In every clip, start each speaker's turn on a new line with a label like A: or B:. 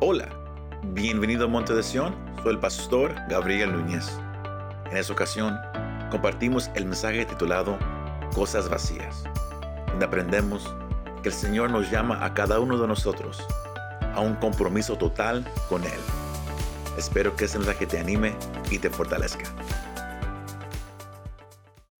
A: Hola, bienvenido a Monte de Sion, soy el pastor Gabriel Núñez. En esta ocasión compartimos el mensaje titulado Cosas Vacías, donde aprendemos que el Señor nos llama a cada uno de nosotros a un compromiso total con Él. Espero que este mensaje te anime y te fortalezca.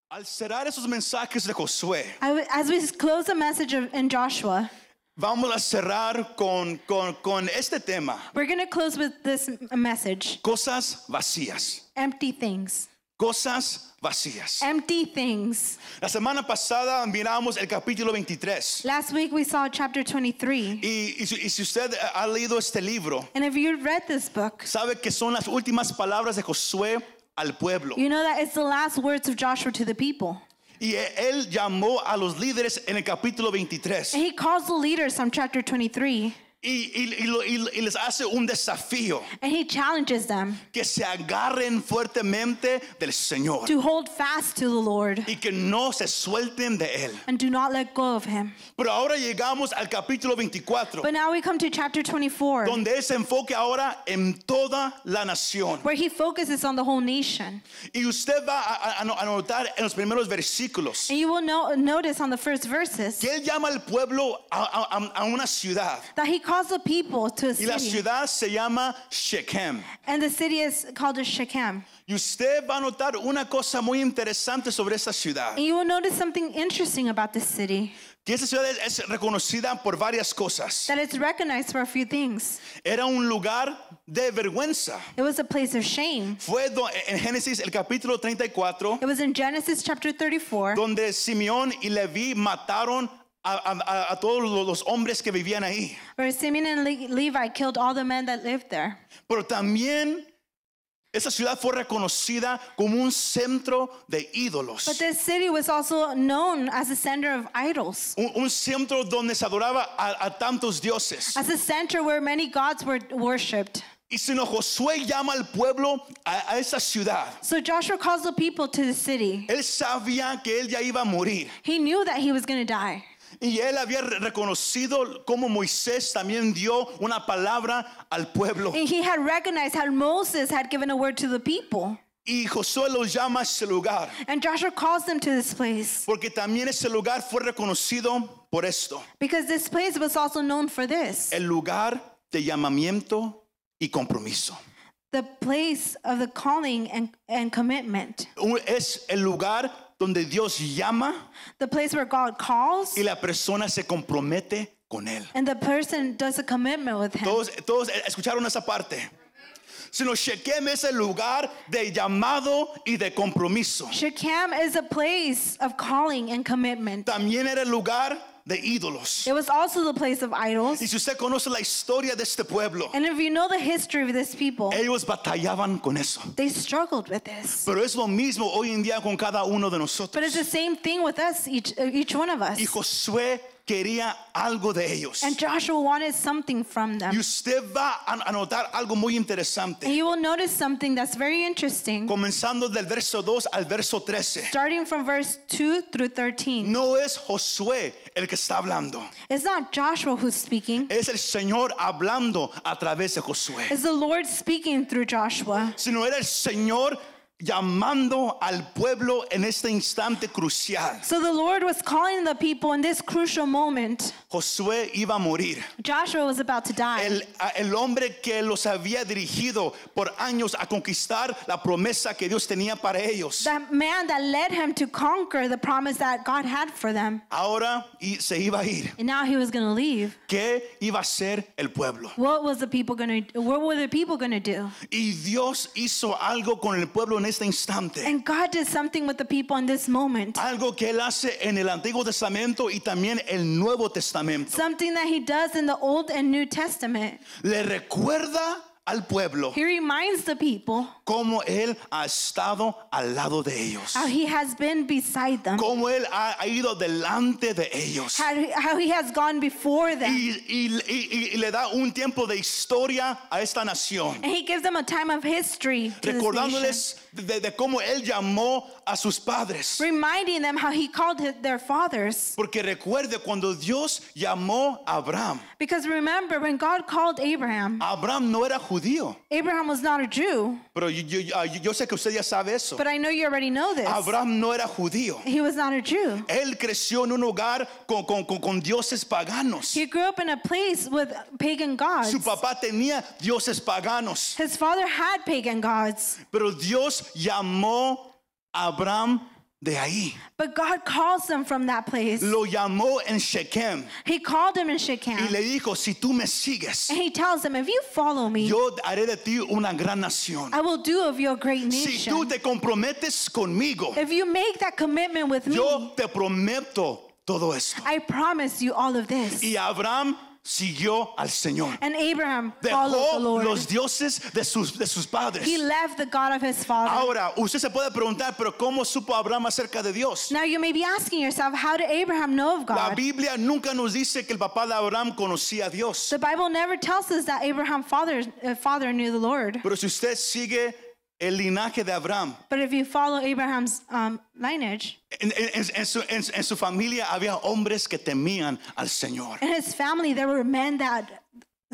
B: Al cerrar esos mensajes de Josué,
C: I w- As we close the message of, in Joshua,
B: vamos a cerrar con, con- con este tema.
C: we're going to close with this m- message
B: Cosas vacías.
C: empty things.
B: Cosas vacías.
C: Empty things.
B: La semana pasada miramos el capítulo 23.
C: Last week we saw chapter 23.
B: Y, y si- y si usted ha leído este libro,
C: And if you read this book,
B: sabe que son las últimas palabras de Josué al pueblo.
C: you know that it's the last words of Joshua to the people.
B: Y e, él llamó a los líderes en el capítulo
C: And
B: 23.
C: he calls the leaders from chapter 23
B: Y, y- y lo- y- y les hace un desafío,
C: and he challenges them
B: que se agarren fuertemente del Señor.
C: to hold fast to the Lord
B: y que no se suelten de él.
C: and do not let go of him.
B: Pero ahora llegamos al capítulo 24,
C: But now we come to chapter 24
B: donde él se enfoque ahora en toda la nación.
C: where he focuses on the whole nation.
B: Y usted va a, a- a notar en los primeros versículos
C: And you will no- notice on the first verses
B: que él llama al pueblo a, a- a- a una ciudad.
C: that he calls the people to a
B: Y la
C: city,
B: ciudad se llama Shechem.
C: and the city is called a Shechem.
B: Y usted va a notar una cosa muy interesante sobre esta ciudad.
C: And you will notice something interesting about this city
B: Que esta ciudad es es reconocida por varias cosas.
C: that it's recognized for a few things.
B: Era un lugar de vergüenza.
C: It was a place of shame.
B: Fue do- en Génesis el capítulo 34.
C: It was in Genesis chapter 34
B: donde Simeón y Leví mataron a, a- a- a todos lo- los hombres que vivían ahí.
C: where Simeon and Le- Levi killed all the men that lived there.
B: Pero también esa ciudad fue reconocida como un centro de ídolos.
C: But this city was also known as a center of idols,
B: Un, un centro donde se adoraba a, a tantos dioses.
C: as a center where many gods were worshipped.
B: Y sino Josué llama al pueblo a, a esa ciudad.
C: So Joshua calls the people to the city.
B: Él sabía que él ya iba a morir.
C: He knew that he was going to die.
B: Y él había re- reconocido cómo Moisés también dio una palabra al pueblo.
C: And he had recognized how Moses had given a word to the people.
B: Y Josué los llama a ese lugar.
C: And Joshua calls them to this place
B: Porque también ese lugar fue reconocido por esto,
C: because this place was also known for this
B: el lugar de llamamiento y compromiso.
C: the place of the calling and, and commitment,
B: Un- Es el lugar donde Dios llama
C: the place where God calls
B: y la persona se compromete con él.
C: and the person does a commitment with Him.
B: Todos, todos escucharon esa parte. Sino Shechem es el lugar de llamado y de compromiso.
C: Shechem is a place of calling and commitment.
B: También era el lugar de ídolos.
C: It was also the place of
B: Y
C: idols.
B: si usted conoce la historia de este pueblo,
C: And if you know the history of this people,
B: ellos batallaban con eso.
C: they struggled with this.
B: Pero es lo mismo hoy en día con cada uno de
C: But
B: nosotros.
C: it's the same thing with us, each, each one of
B: Y
C: us.
B: Josué quería algo de ellos.
C: And Joshua wanted something from them.
B: Y usted va a a notar algo muy
C: And
B: interesante.
C: you will notice something that's very interesting,
B: Comenzando del verso 2 al verso 13.
C: starting from verse 2 through 13.
B: No es Josué el que está hablando.
C: It's not Joshua who's speaking,
B: Es el Señor hablando a través de Josué.
C: it's the Lord speaking through Joshua.
B: Sino era el Señor llamando al pueblo en este instante crucial.
C: So the Lord was calling the people in this crucial moment.
B: Josué iba a morir.
C: Joshua was about to die.
B: El, a- el hombre que los había dirigido por años a conquistar la promesa que Dios tenía para ellos.
C: That man that led him to conquer the promise that God had for them.
B: ahora y se iba a ir.
C: And now he was going to leave.
B: ¿Qué iba a hacer el pueblo?
C: What was the people going to what were the people going to do?
B: Y Dios hizo algo con el pueblo en este instante.
C: And God did something with the people in this moment.
B: Algo que Él hace en el Antiguo Testamento y también el Nuevo Testamento.
C: Something that he does in the Old and New Testament.
B: Le recuerda al pueblo
C: He reminds the people
B: cómo Él ha estado al lado de ellos.
C: how he has been beside them,
B: Cómo Él ha ha ido delante de ellos.
C: how, how he has gone before them.
B: Y, y- y- y le da un tiempo de historia a esta nación.
C: And he gives them a time of history to this nation,
B: Recordándoles de, de cómo Él llamó a sus padres.
C: reminding them how he called hi- their fathers.
B: Porque recuerde cuando Dios llamó a Abraham.
C: Because remember, when God called Abraham,
B: Abraham no era judío.
C: Abraham was not a Jew,
B: Pero yo, yo- ah, yo- yo sé que usted ya sabe eso.
C: but I know you already know this.
B: Abraham no era judío.
C: He was not a Jew.
B: Él creció en un hogar con, con- con- con dioses paganos.
C: He grew up in a place with pagan gods.
B: Su papá tenía dioses paganos.
C: His father had pagan gods,
B: Pero Dios llamó a Abraham de ahí.
C: but God calls them from that place.
B: Lo llamó en Shechem
C: He called him in
B: y
C: Shechem.
B: le dijo, si tú me sigues,
C: And he tells him, If you follow me,
B: yo haré de ti una gran nación.
C: I will do of you a great
B: Si tú
C: nation.
B: te comprometes conmigo,
C: If you make that commitment with me,
B: yo te prometo todo esto.
C: I promise you all of this.
B: Y Abraham siguió al Señor.
C: And Abraham followed the
B: Dejó
C: Lord.
B: los dioses de sus, de sus padres.
C: He left the God of his father.
B: Ahora, usted se puede preguntar, pero ¿cómo supo Abraham acerca de Dios?
C: Now you may be asking yourself, How did Abraham know of
B: La
C: God?
B: Biblia nunca nos dice que el papá de Abraham conocía a Dios.
C: The Bible never tells us that Abraham's father, uh, father knew the Lord.
B: Pero si usted sigue el linaje de Abraham,
C: But if you follow Abraham's um, lineage,
B: en, en- en- en su, en- en su familia había hombres que temían al Señor.
C: in his family, there were men that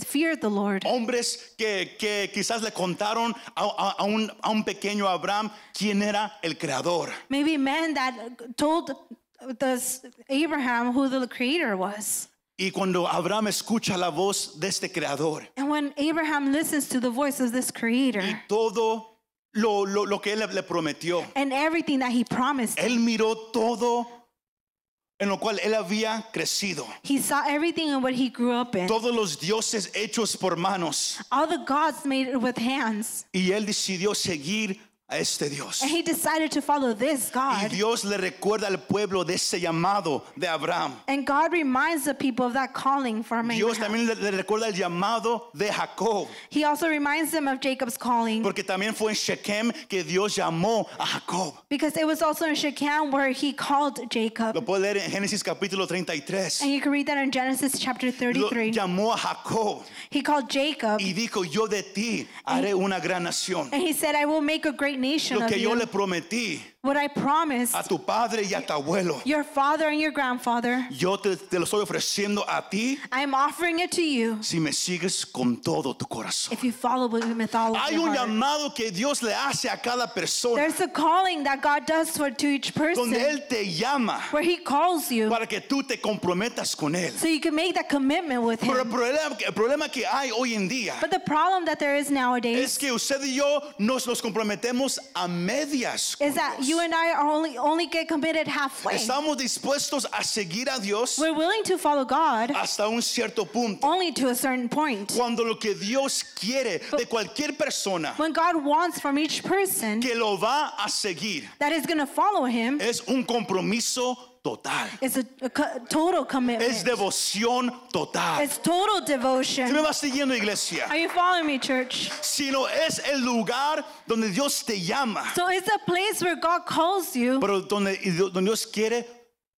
C: feared the Lord.
B: Oh. Hombres que, que quizás le contaron a, a- a un, a un pequeño Abraham quién era el creador.
C: Maybe men that told this Abraham who the creator was.
B: Y cuando Abraham escucha la voz de este creador,
C: And when Abraham listens to the voice of this creator
B: todo lo, lo- lo que él le- le prometió,
C: and everything that he promised,
B: Él miró todo en lo cual él había crecido.
C: he saw everything and what he grew up in.
B: Todos los dioses hechos por manos.
C: All the gods made with hands.
B: Y él decidió seguir a este Dios.
C: And he decided to follow this
B: Y
C: God.
B: Dios le recuerda al pueblo de ese llamado de Abraham.
C: And God reminds the people of that calling from
B: Dios
C: Abraham.
B: también le, le recuerda el llamado de Jacob.
C: He also reminds them of Jacob's calling
B: Porque también fue en Shechem que Dios llamó a Jacob.
C: because it was also in Shechem where he called Jacob.
B: Lo puede leer en Génesis capítulo 33.
C: And you can read that in Genesis chapter
B: Lo
C: 33.
B: llamó a Jacob
C: He called Jacob
B: y dijo, yo de ti haré una gran nación.
C: and he said, I will make a great nation
B: Lo
C: of
B: que yo
C: you.
B: le prometí
C: What I promised
B: a tu padre y a tu abuelo.
C: your father and your grandfather,
B: Yo te, te lo estoy ofreciendo a ti
C: I am offering it to you
B: si me sigues con todo tu corazón.
C: if you follow with me with all of
B: Hay
C: your
B: un
C: heart.
B: llamado que Dios le hace a cada persona,
C: There's a calling that God does for to each
B: donde
C: person
B: Él te llama
C: where he calls you
B: para que tú te comprometas con Él.
C: so you can make that commitment with
B: Pero el
C: him.
B: problema, el problema que hay hoy en día
C: But the problem that there is
B: es
C: nowadays
B: que usted y yo nos, nos comprometemos a medias. con
C: is that
B: Dios.
C: you and I are only only get committed halfway.
B: Estamos dispuestos a seguir a Dios
C: We're willing to follow God
B: hasta un cierto punto.
C: only to a certain point.
B: Cuando lo que Dios quiere de cualquier persona
C: When God wants from each person
B: que lo va a seguir
C: that is going to follow him
B: es un compromiso total.
C: is a, a co- total commitment.
B: Es devoción total.
C: It's total
B: ¿Sí me
C: devotion.
B: va siguiendo, iglesia?
C: Are you following me, church?
B: Sino es el lugar donde Dios te llama,
C: So it's a place where God calls you,
B: pero donde, y do- donde Dios quiere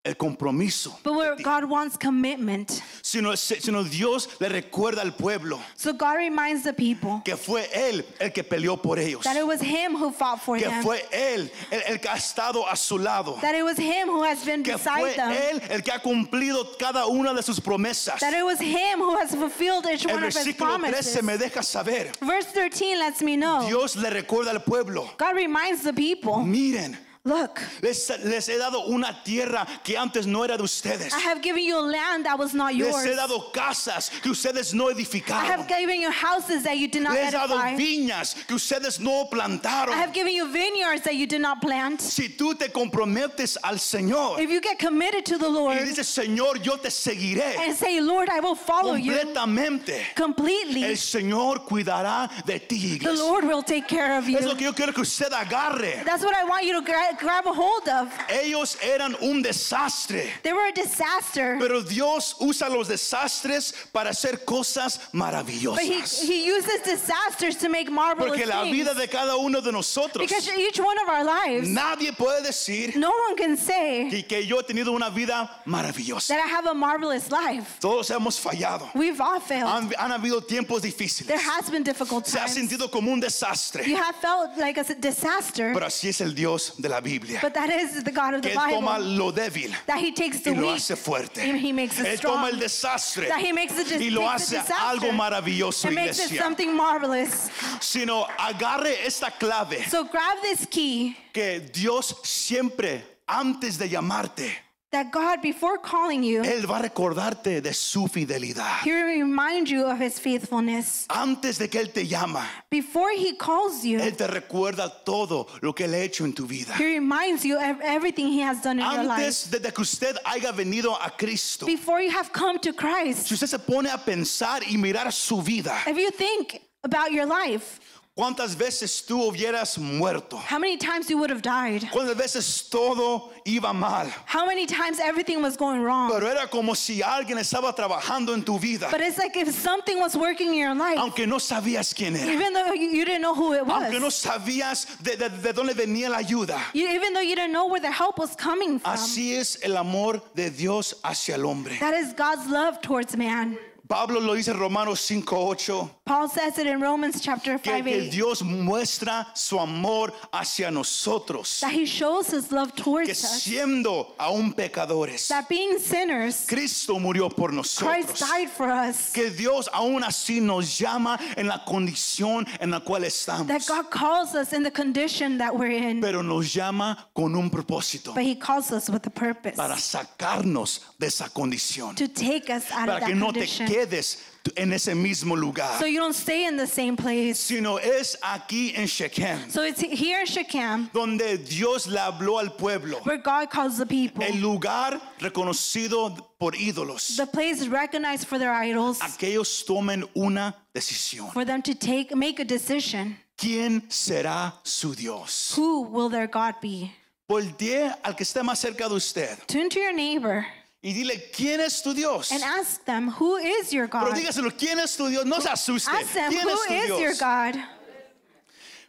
B: el compromiso.
C: but where God wants commitment.
B: Sino, es- sino Dios le recuerda al pueblo
C: So God reminds the people
B: que fue Él el que peleó por ellos,
C: that it was Him who fought for
B: que
C: them,
B: fue Él el, el que ha estado a su lado,
C: that it was Him who has been
B: que fue
C: beside them,
B: Él el que ha cumplido cada una de sus promesas.
C: that it was Him who has fulfilled each
B: El
C: one of His
B: versículo 13 me
C: promises.
B: deja saber.
C: Verse 13 lets me know
B: Dios le recuerda al pueblo,
C: God reminds the people
B: miren,
C: look,
B: les, les he dado una tierra que antes no era de ustedes.
C: I have given you a land that was not
B: Les he
C: yours.
B: dado casas que ustedes no
C: I
B: edificaron.
C: have given you houses that you did not
B: Les he dado
C: edify.
B: viñas que ustedes no plantaron.
C: I have given you vineyards that you did not plant.
B: Si tú te comprometes al Señor
C: If you get committed to the
B: y
C: Lord
B: dices, Señor, yo te seguiré
C: and say, Lord, I will follow you
B: completamente, el
C: completely,
B: Señor cuidará de ti,
C: the
B: iglesia.
C: Lord will take care of
B: Es lo
C: you.
B: que yo quiero que usted agarre.
C: That's what I want you to gra- grab a hold of.
B: Ellos eran un desastre.
C: They were a disaster.
B: Pero Dios usa los desastres para hacer cosas
C: But he,
B: maravillosas.
C: he uses disasters to make marvelous
B: Porque la vida
C: things.
B: de cada uno de nosotros,
C: Because each one of our lives,
B: nadie puede decir
C: no one can say
B: que, que yo he tenido una vida maravillosa.
C: that I have a marvelous life.
B: Todos hemos fallado.
C: We've all failed.
B: Han, han habido tiempos difíciles.
C: There has been difficult
B: Se ha
C: times.
B: sentido como un desastre.
C: You have felt like a s- disaster,
B: Pero así es el Dios de la Biblia.
C: but that is the God of
B: Que
C: the
B: Él toma
C: Bible.
B: lo débil
C: That He takes
B: y
C: the
B: lo
C: weak,
B: hace fuerte.
C: and He makes it
B: Él toma el
C: strong.
B: desastre
C: That He makes the dis-
B: y lo
C: makes
B: hace
C: the disaster
B: algo maravilloso,
C: and makes it
B: iglesia.
C: something marvelous.
B: Sino agarre esta clave
C: So grab this key
B: que Dios siempre, antes de llamarte,
C: that God, before calling you,
B: Él va a recordarte de su fidelidad.
C: He will remind you of His faithfulness.
B: Antes de que Él te llama,
C: Before He calls you,
B: Él te recuerda todo lo que Él ha hecho en tu vida.
C: He reminds you of everything He has done in your life.
B: Antes de que usted haya venido a Cristo,
C: Before you have come to Christ,
B: si usted se pone a pensar y mirar su vida,
C: if you think about your life,
B: ¿Cuántas veces tú hubieras muerto?
C: how many times you would have died,
B: ¿Cuántas veces todo iba mal?
C: how many times everything was going wrong.
B: Pero era como si alguien estaba trabajando en tu vida,
C: But it's like if something was working in your life,
B: aunque no sabías quién era,
C: even though you you didn't know who it
B: aunque no
C: was,
B: sabías de, de- de dónde venía la ayuda.
C: you, even though you didn't know where the help was coming from.
B: Así es el amor de Dios hacia el hombre.
C: That is God's love towards man.
B: Pablo lo dice en Romanos 5:8,
C: Paul says it in Romans chapter
B: que,
C: 5
B: que
C: 8,
B: Dios muestra su amor hacia nosotros,
C: that he shows his love
B: que
C: towards us,
B: siendo aún pecadores,
C: that being sinners,
B: Cristo murió por
C: Christ
B: nosotros.
C: died for us,
B: que Dios aún así nos llama en la condición en la cual estamos.
C: that God calls us in the condition that we're in,
B: Pero nos llama con un propósito
C: but he calls us with a purpose
B: para sacarnos de esa condición,
C: to take us out of
B: para
C: that
B: que no te
C: condition.
B: quedes tú- en ese mismo lugar,
C: So you don't stay in the same place.
B: sino es aquí en Shechem,
C: So it's here in Shechem
B: donde Dios le habló al pueblo,
C: where God calls the people.
B: el lugar reconocido por ídolos.
C: the place is recognized for their idols
B: Aquellos tomen una decisión.
C: for them to take make a decision
B: ¿Quién será su Dios?
C: who will their god be
B: Voltee al que está más cerca de usted.
C: turn to your neighbor
B: Y dile, ¿quién es tu Dios?
C: and ask them who is your
B: Pero
C: god
B: dígaselo, ¿quién es tu Dios? No se asuste.
C: ask them
B: ¿Quién
C: who
B: es tu
C: is your
B: Dios?
C: god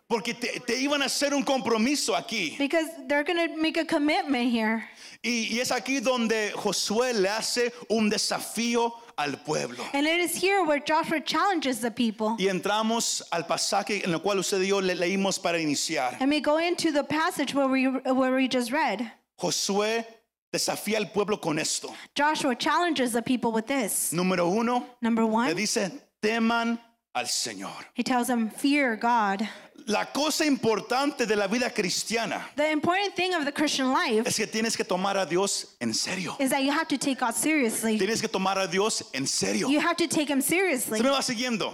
B: Porque te, te iban a hacer un compromiso aquí.
C: because they're going to make a commitment here
B: Y, y es aquí donde Josué le hace un desafío al pueblo.
C: and it is here where joshua challenges the people
B: Y entramos al pasaje en el cual usted y yo le leímos para iniciar.
C: and we go into the passage where we where we just read
B: Josué desafía al pueblo con esto.
C: joshua challenges the people with this
B: Número uno,
C: number
B: le
C: one
B: dice, teman al Señor.
C: he tells them fear god
B: La cosa importante de la vida cristiana
C: the important thing of the christian life
B: es que tienes que tomar a Dios en serio.
C: is that you have to take god seriously
B: Tienes que tomar a Dios en serio.
C: You have to take him
B: Se
C: seriously.
B: me va siguiendo.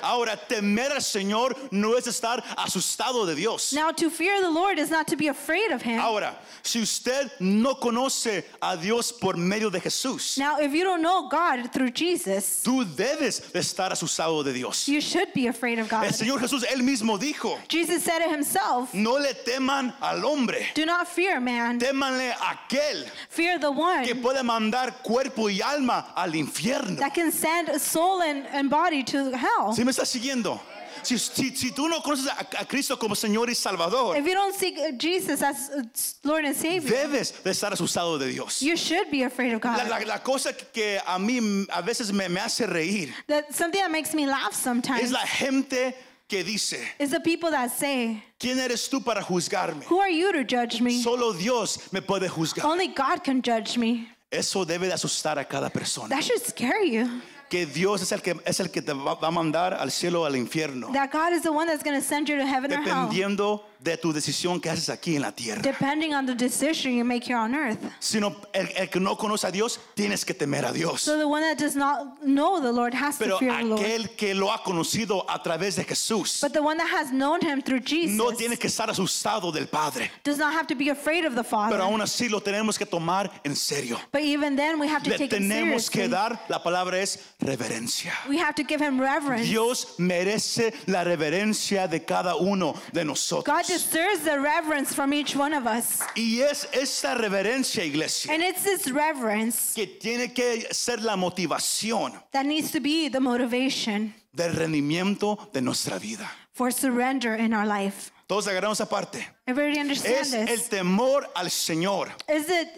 B: Ahora, temer al Señor no es estar asustado de Dios.
C: Now, to fear the Lord is not to be afraid of him.
B: Ahora, si usted no conoce a Dios por medio de Jesús,
C: Now, if you don't know God through Jesus,
B: tú debes de estar asustado de Dios.
C: you should be afraid of God.
B: El Señor Jesús, él mismo dijo,
C: Jesus said it himself
B: no le teman al hombre,
C: Do not fear man,
B: témanle a aquel
C: fear the
B: que
C: one
B: puede mandar cuerpo y alma al infierno.
C: that can send a soul and, and body to hell.
B: ¿Sí me está siguiendo? Si, si- si tú no conoces a, a Cristo como Señor y Salvador,
C: If you don't seek uh, Jesus as uh, s- Lord and Savior,
B: debes de estar asustado de Dios.
C: you should be afraid of
B: La, la-
C: God.
B: la cosa que- que a mí m- a veces me, me hace reír
C: That something that makes me laugh
B: es
C: sometimes
B: la gente que dice,
C: is the people that say,
B: ¿quién eres tú para juzgarme?
C: Who are you to judge me?
B: Solo Dios me puede juzgar.
C: Only God can judge me.
B: Eso debe de asustar a cada persona.
C: That should scare you.
B: Que Dios es el que, es el que te va va a mandar al cielo o al infierno,
C: that God is the one that's going to send you to heaven or hell,
B: dependiendo de tu decisión que haces aquí en la tierra.
C: depending on the decision you make here on earth.
B: Sino el, el que no conoce a Dios, tienes que temer a Dios.
C: So the one that does not know the Lord has to
B: Pero
C: fear the Lord.
B: aquel que lo ha conocido a través de Jesús,
C: But the one that has known Him through Jesus
B: no tiene que estar asustado del Padre.
C: does not have to be afraid of the Father.
B: Pero aún así lo tenemos que tomar en serio.
C: but even then, we have to
B: Le
C: take Him
B: tenemos
C: seriously.
B: que dar, la palabra es reverencia.
C: We have to give him reverence.
B: Dios merece la reverencia de cada uno de
C: God
B: nosotros.
C: deserves the reverence from each one of us.
B: Y es esta reverencia, iglesia,
C: And it's this reverence
B: que tiene que ser la motivación
C: that needs to be the motivation
B: del rendimiento de nuestra vida.
C: for surrender in our life.
B: Todos agarramos esa parte.
C: Everybody understand
B: Es el
C: this?
B: temor al Señor
C: Is it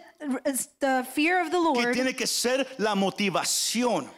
C: is the fear of the
B: que
C: Lord
B: tiene que ser la motivación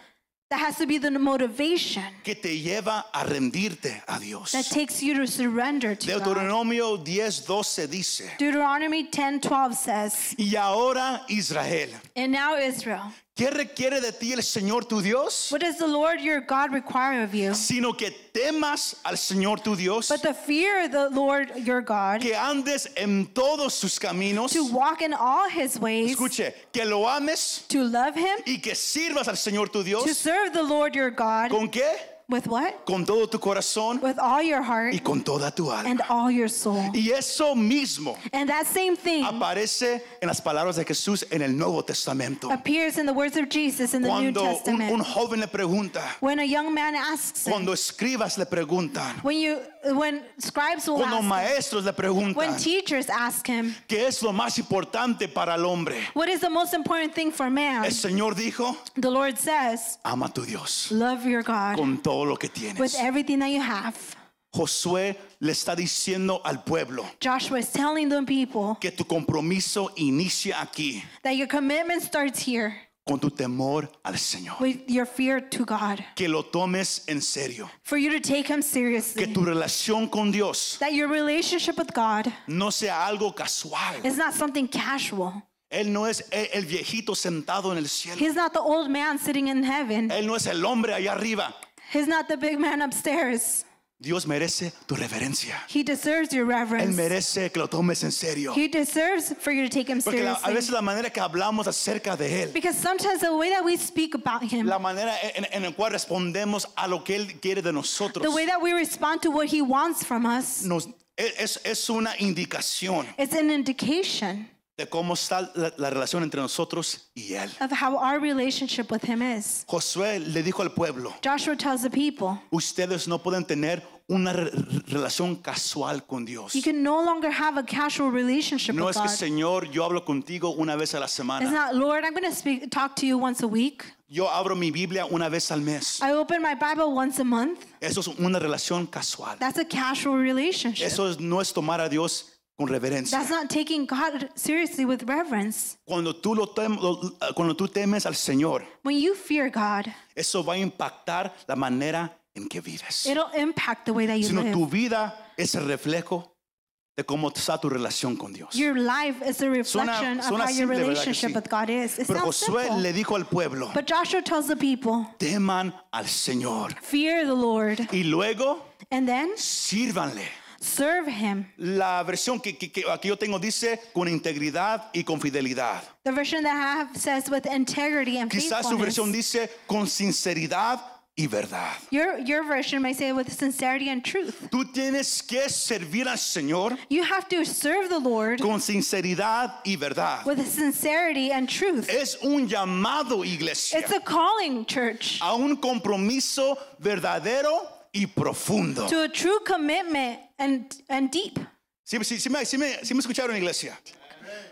C: that has to be the motivation
B: que te lleva a rendirte a Dios.
C: that takes you to surrender to God.
B: Deuteronomio 10:12 dice,
C: Deuteronomy 10 12 says,
B: y ahora Israel,
C: And now, Israel,
B: ¿qué requiere de ti el Señor tu Dios?
C: what does the Lord your God require of you?
B: Sino que temas al Señor tu Dios,
C: But the fear of the Lord your God,
B: que andes en todos sus caminos,
C: to walk in all his ways,
B: escuche, que lo ames
C: to love him,
B: y que sirvas al Señor tu
C: to
B: Dios.
C: serve the Lord your God
B: ¿Con qué?
C: with what?
B: Con todo tu corazón
C: With all your heart
B: y con toda tu alma.
C: and all your soul.
B: Y eso mismo
C: And that same thing
B: aparece en las palabras de Jesús en el Nuevo Testamento.
C: appears in the words of Jesus in the New
B: Cuando un, un
C: Testament.
B: joven le pregunta,
C: When a young man asks him,
B: cuando escribas le preguntan,
C: when you when scribes will
B: cuando
C: ask him,
B: maestros le
C: when
B: preguntan,
C: teachers ask him,
B: ¿qué es lo más importante para el hombre?
C: what is the most important thing for man?
B: El Señor dijo,
C: The Lord says,
B: ama a tu Dios
C: love your God
B: con todo lo que
C: with
B: tienes.
C: everything that you have.
B: Josué le está diciendo al pueblo
C: Joshua is telling the people
B: que tu compromiso inicia aquí,
C: that your commitment starts here
B: con tu temor al Señor.
C: with your fear to God.
B: Que lo tomes en serio.
C: For you to take him
B: Que
C: seriously.
B: tu relación con Dios
C: That your relationship with God
B: no sea algo casual.
C: is not something casual.
B: Él no es e- el viejito sentado en el cielo.
C: He's not the old man sitting in heaven.
B: Él no es el hombre allá arriba.
C: He's not the big man upstairs.
B: Dios merece tu reverencia.
C: He deserves your
B: Él
C: reverence.
B: merece que lo tomes en serio.
C: Pues He deserves for you to take him
B: Porque la- a veces
C: seriously.
B: la manera que hablamos acerca de Él,
C: Because sometimes the way that we speak about him,
B: la manera en, en- en el cual respondemos a lo que Él quiere de nosotros,
C: the way that we respond to what he wants from us,
B: nos- e- es, es una indicación
C: it's an indication
B: de cómo está la, la relación entre nosotros y Él.
C: of how our relationship with him is.
B: Josué le dijo al pueblo,
C: Joshua tells the people,
B: ustedes no pueden tener una re- re- relación casual con Dios.
C: you can no longer have a casual relationship
B: No
C: with
B: es que
C: God.
B: Señor, yo hablo contigo una vez a la
C: It's
B: semana.
C: not, Lord, I'm going to speak, talk to you once a week.
B: Yo abro mi Biblia una vez al mes.
C: I open my Bible once a month.
B: Eso es una relación casual.
C: That's a casual relationship.
B: Eso es- no es tomar a Dios con reverencia.
C: That's not taking God seriously with reverence.
B: Cuando tú, lo tem- lo- ah, cuando tú temes al Señor,
C: When you fear God,
B: eso va a impactar la manera en que vives.
C: it'll impact the way that you
B: Sino tu
C: live.
B: vida es el reflejo de cómo está tu relación con Dios.
C: Your life is a reflection of
B: suena
C: how your
B: simple, ¿verdad que
C: relationship
B: sí?
C: with God is. It
B: Pero
C: sounds
B: Josué
C: simple.
B: le dijo al pueblo,
C: But Joshua tells the people,
B: teman al Señor
C: fear the Lord
B: y luego
C: and then
B: sírvanle.
C: serve him.
B: La versión que, que- que aquí yo tengo dice con integridad y con fidelidad.
C: The version that I have says with integrity and
B: Quizás su versión
C: faithfulness.
B: dice con sinceridad y verdad.
C: Your, your version may say with sincerity and truth.
B: Tú tienes que servir al Señor
C: You have to serve the Lord
B: con sinceridad y verdad.
C: with sincerity and truth.
B: Es un llamado, iglesia,
C: It's a calling, church,
B: a un compromiso verdadero y profundo.
C: to a true commitment and, and deep.
B: Si me, sí me- sí me escucharon, iglesia?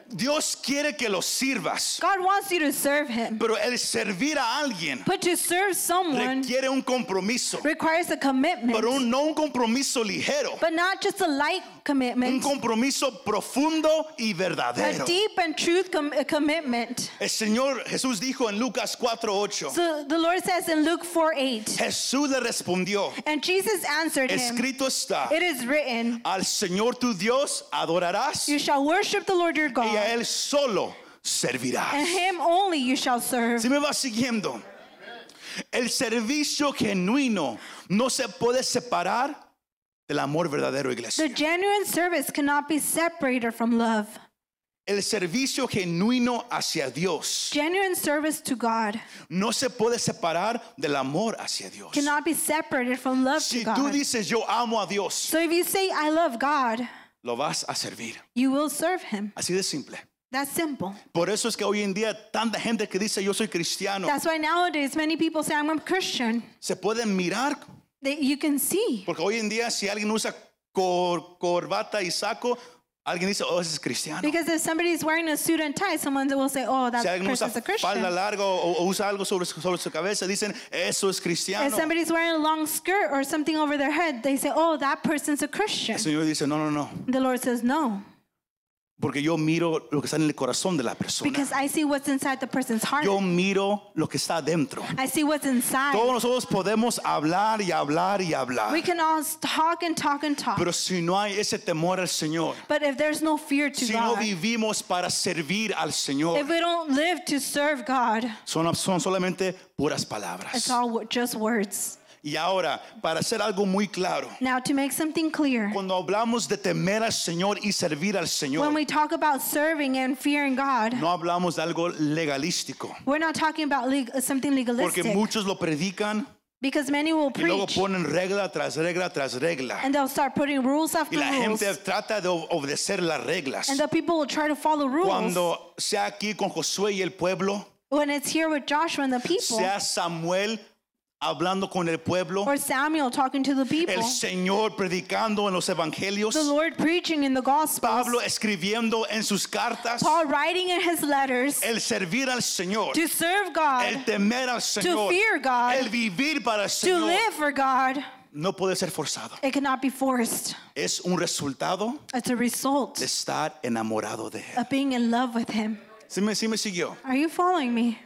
B: Dios quiere que lo sirvas,
C: God wants you to serve Him,
B: pero el servir a alguien
C: but to serve someone
B: requiere un compromiso,
C: requires a commitment,
B: pero un- no un compromiso ligero,
C: but not just a light
B: un
C: commitment,
B: compromiso profundo y
C: a
B: verdadero.
C: deep and truth com- a commitment.
B: El Señor Jesús dijo en Lucas 4:8.
C: So the Lord says in Luke 4 8,
B: Jesús le respondió,
C: and Jesus answered him,
B: escrito está,
C: It is written,
B: al Señor tu Dios adorarás
C: You
B: y
C: shall worship the Lord your
B: a
C: God,
B: Él solo
C: and
B: servirás.
C: Him only you shall serve.
B: Si me vas siguiendo, el servicio genuino no se puede separar del amor verdadero,
C: The
B: iglesia.
C: genuine service cannot be separated from love.
B: El servicio genuino hacia Dios
C: Genuine service to God
B: no se puede separar del amor hacia Dios.
C: cannot be separated from love
B: Si
C: to
B: tú
C: God.
B: dices yo amo a Dios,
C: So if you say, I love God,
B: lo vas a servir.
C: you will serve Him.
B: Así de simple.
C: That's simple.
B: Por eso es que hoy en día tanta gente que dice yo soy cristiano
C: That's why nowadays many people say I'm a Christian.
B: se pueden mirar.
C: That you can see.
B: Porque hoy en día si alguien usa cor- corbata y saco, alguien dice, oh, ese es cristiano.
C: Because if somebody's wearing a suit and tie, someone will say, "Oh, that
B: Si alguien usa
C: person's a
B: falda
C: Christian."
B: larga o, o usa algo sobre, su- sobre su cabeza, dicen, eso es
C: If
B: cristiano.
C: somebody's wearing a long skirt or something over their head, they say, "Oh, that person's a Christian."
B: El Señor dice, no, no, no,
C: The Lord says, "No,
B: porque yo miro lo que está en el corazón de la persona.
C: because I see what's inside the person's heart.
B: Yo miro lo que está adentro.
C: I see what's inside."
B: Todos nosotros podemos hablar y hablar y
C: We
B: hablar,
C: can all talk and talk and talk.
B: pero si no hay ese temor al Señor,
C: But if there's no fear to
B: si no
C: God,
B: vivimos para servir al
C: if
B: Señor,
C: we don't live to serve God,
B: son, son solamente puras
C: it's
B: palabras.
C: all wo- just words.
B: Y ahora, para hacer algo muy claro,
C: Now, to make something clear,
B: cuando hablamos de temer al Señor y servir al Señor,
C: when we talk about serving and fearing God,
B: no hablamos de algo legalístico.
C: we're not talking about leg- uh, something
B: Porque
C: legalistic.
B: muchos lo predican
C: because many will
B: y luego
C: preach
B: ponen regla tras regla tras regla.
C: and they'll start putting rules
B: Y
C: after
B: la
C: rules.
B: gente trata de ob- obedecer las reglas.
C: And the people will try to follow rules.
B: Cuando sea aquí con Josué y el pueblo,
C: when it's here with Joshua and the people,
B: sea Samuel hablando con el pueblo,
C: or Samuel talking to the people,
B: el Señor predicando en los evangelios,
C: the Lord preaching in the Gospels,
B: Pablo escribiendo en sus cartas,
C: Paul writing in his letters
B: el servir al Señor,
C: to serve God.
B: el temer al Señor,
C: fear God,
B: el vivir para el
C: to
B: Señor,
C: live for God,
B: no puede ser forzado.
C: it cannot be forced.
B: Es un resultado
C: It's a result
B: de estar enamorado de Él.
C: of being in love with Him.
B: Sí me, sí me siguió.
C: Are you following me?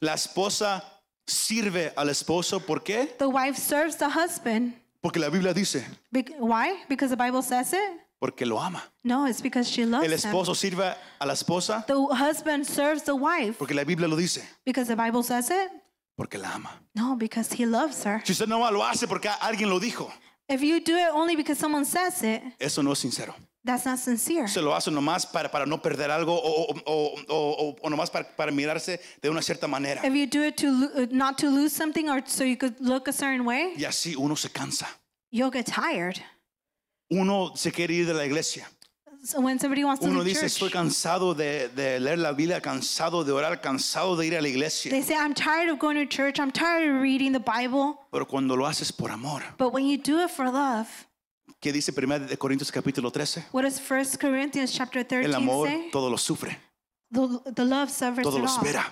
B: La esposa sirve al esposo. ¿Por qué?
C: The wife serves the husband.
B: Porque la Biblia dice,
C: Bec- why? Because the Bible says it?
B: porque lo ama.
C: No, it's because she loves
B: El
C: him.
B: esposo sirve a la esposa
C: The husband serves the wife
B: porque la Biblia lo dice,
C: because the Bible says it?
B: porque la ama.
C: No, because he loves her.
B: Si usted no lo hace porque alguien lo dijo,
C: If you do it only because someone says it,
B: eso no es sincero.
C: that's not sincere.
B: Se lo hace nomás para, para no perder algo o, o, o, o- o nomás para, para mirarse de una cierta manera.
C: If you do it to lo- uh, not to lose something or so you could look a certain way,
B: Y así uno se cansa.
C: you'll get tired.
B: Uno se quiere ir de la iglesia.
C: So when somebody wants to
B: Uno dice,
C: leave church,
B: estoy cansado de, de leer la Biblia, cansado de orar, cansado de ir a la iglesia.
C: They say, I'm tired of going to church. I'm tired of reading the Bible.
B: Pero cuando lo haces por amor,
C: But when you do it for love,
B: ¿qué dice 1 de Corintios capítulo 13?
C: what does 1 Corinthians chapter 13
B: El amor
C: say?
B: todo lo sufre,
C: The, the love suffers
B: todo
C: it
B: lo
C: all.
B: espera.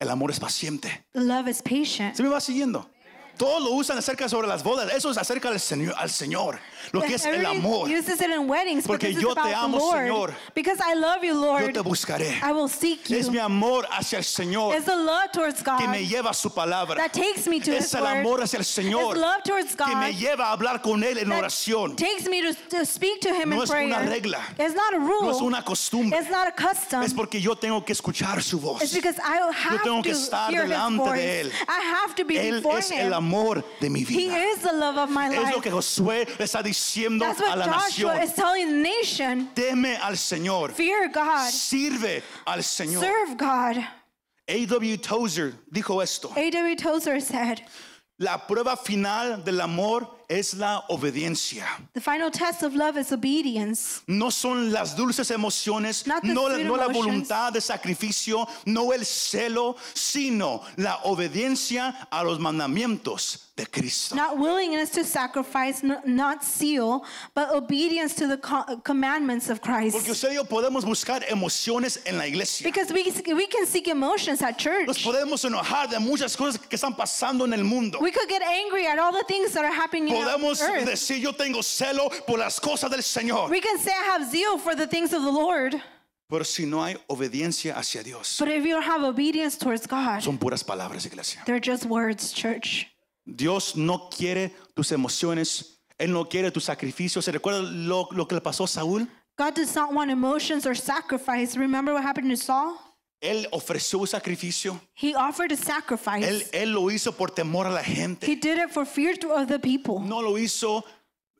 B: El amor es paciente.
C: The love is patient.
B: ¿Se me va siguiendo? Todo lo usan acerca sobre las bodas. Eso es acerca al Señor, al Señor. Lo que es el
C: Everybody
B: amor.
C: uses it in weddings
B: Porque
C: because
B: yo te
C: it's about
B: amo,
C: the Lord.
B: Señor.
C: Because I love you,
B: Yo
C: Lord.
B: te buscaré.
C: I will seek you.
B: Es mi amor hacia el Señor
C: It's the love towards God
B: que me lleva a su palabra.
C: that takes me to
B: Es
C: His
B: el
C: word.
B: amor hacia el
C: It's
B: Señor
C: love towards
B: que me
C: God
B: lleva a hablar con Él en oración.
C: that takes me to, to speak to Him
B: No
C: in
B: es
C: prayer.
B: una regla.
C: It's not a rule.
B: No es una costumbre.
C: It's not a custom.
B: Es porque yo tengo que escuchar su voz.
C: um, It's because I have
B: tengo que
C: to
B: estar
C: hear his
B: delante
C: voice.
B: de él.
C: I have to be
B: Él
C: before
B: es el
C: him.
B: amor de mi
C: he
B: vida.
C: is the love of my
B: Es lo
C: life.
B: que Josué le está diciendo
C: That's
B: a
C: what
B: la
C: Joshua
B: nación.
C: is telling the nation.
B: Teme al Señor.
C: Fear God.
B: Sirve al Señor.
C: Serve God.
B: A.W. Tozer dijo esto.
C: A.W. Tozer said,
B: La prueba final del amor es la obediencia.
C: the final test of love is obedience.
B: No son las dulces emociones,
C: Not the
B: no, la-
C: sweet
B: no la
C: emotions.
B: voluntad de sacrificio, no el celo, sino la obediencia a los mandamientos de Cristo.
C: Not willingness to sacrifice, n- not seal, but obedience to the co- commandments of
B: Porque
C: Christ.
B: usted y yo podemos buscar emociones en la iglesia.
C: Because we, we can seek emotions at
B: Nos
C: church.
B: podemos enojar de muchas cosas que están pasando en el mundo.
C: We could get angry at all the things that are happening in on
B: Podemos
C: earth.
B: decir yo tengo celo por las cosas del Señor.
C: We can say I have zeal for the things of the Lord,
B: Pero si no hay obediencia hacia Dios,
C: but if you don't have obedience towards God,
B: son puras palabras, iglesia.
C: they're just words, church.
B: Dios no quiere tus emociones. Él no quiere tus sacrificios. ¿Se recuerda lo, lo que le pasó a Saúl?
C: God does not want emotions or sacrifice. Remember what happened to Saul?
B: Él ofreció un sacrificio.
C: He offered a sacrifice.
B: Él, él lo hizo por temor a la
C: he
B: gente.
C: did it for fear to- of the people.
B: No lo hizo.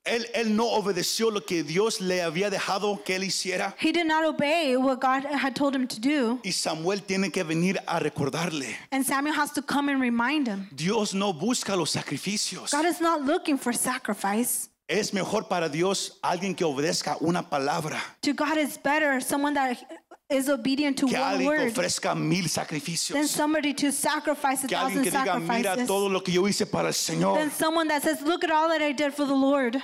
B: Él, él no obedeció lo que Dios le había dejado que él hiciera.
C: He did not obey what God had told him to do,
B: Y Samuel tiene que venir a recordarle.
C: and Samuel has to come and remind him.
B: Dios no busca los sacrificios.
C: God is not looking for sacrifice.
B: Es mejor para Dios alguien que obedezca una palabra
C: To God, it's better someone that is obedient to
B: que
C: one
B: alguien que
C: word
B: ofrezca mil
C: than
B: sacrificios.
C: somebody to sacrifice a
B: Que alguien
C: thousand
B: que diga, mira
C: sacrifices.
B: todo lo que yo hice para el Señor.
C: Than someone that says, Look at all that I did for the Lord.